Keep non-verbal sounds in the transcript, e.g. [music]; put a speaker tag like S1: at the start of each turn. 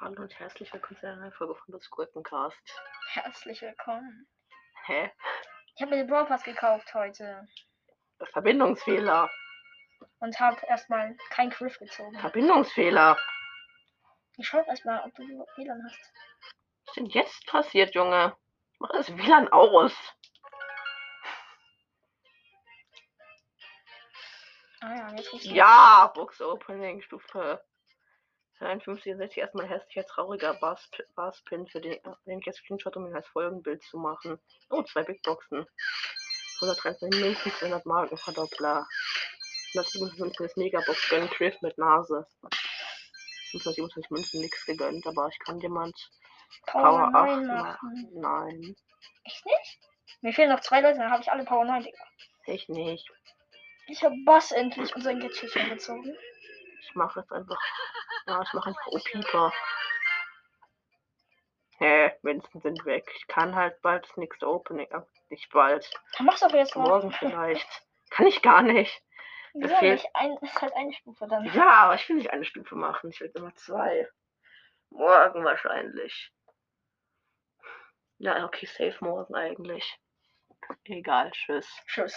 S1: Hallo und herzlich willkommen zu einer neuen Folge von The Squirtencast.
S2: Herzlich willkommen.
S1: Hä?
S2: Ich habe mir den Brawl Pass gekauft heute
S1: Verbindungsfehler.
S2: und habe erstmal keinen Griff gezogen.
S1: Verbindungsfehler.
S2: Ich schaue erstmal, ob du WLAN hast.
S1: Was ist denn jetzt passiert, Junge? Mach das WLAN aus.
S2: Ah ja, jetzt rufst du.
S1: Ja, Box Opening Stufe 52 60 erstmal hässlicher, trauriger Bars- Barspin, für den, auf den ich jetzt Screenshot, um ihn als Folgenbild zu machen. Oh, zwei Big Boxen. 113 Münzen, 200 Marken, Verdoppler. 127 Münzen ist Megabox, gönn Griff mit Nase. 527 Münzen, nix gegönnt, aber ich kann jemand Power
S2: Power
S1: 8
S2: 9 machen.
S1: machen. Nein,
S2: Echt nicht? Mir fehlen noch zwei Leute, dann habe ich alle Power 9, Digga.
S1: ich nicht.
S2: Ich habe Boss endlich unseren Gadget gezogen.
S1: Ich mache jetzt einfach. Ja, ich mache einfach O-Pieper. Hä, Münzen sind weg. Ich kann halt bald das nächste Opening. Äh, nicht bald.
S2: Dann mach's aber jetzt mal.
S1: Morgen vielleicht. Kann ich gar nicht.
S2: Wieso
S1: es fehlt-
S2: nicht? Ein, [laughs] ist halt eine Stufe dann.
S1: Ja, aber ich will nicht eine Stufe machen. Ich will immer zwei. Morgen wahrscheinlich. Ja, okay, safe morgen eigentlich. Egal, tschüss.
S2: Tschüss.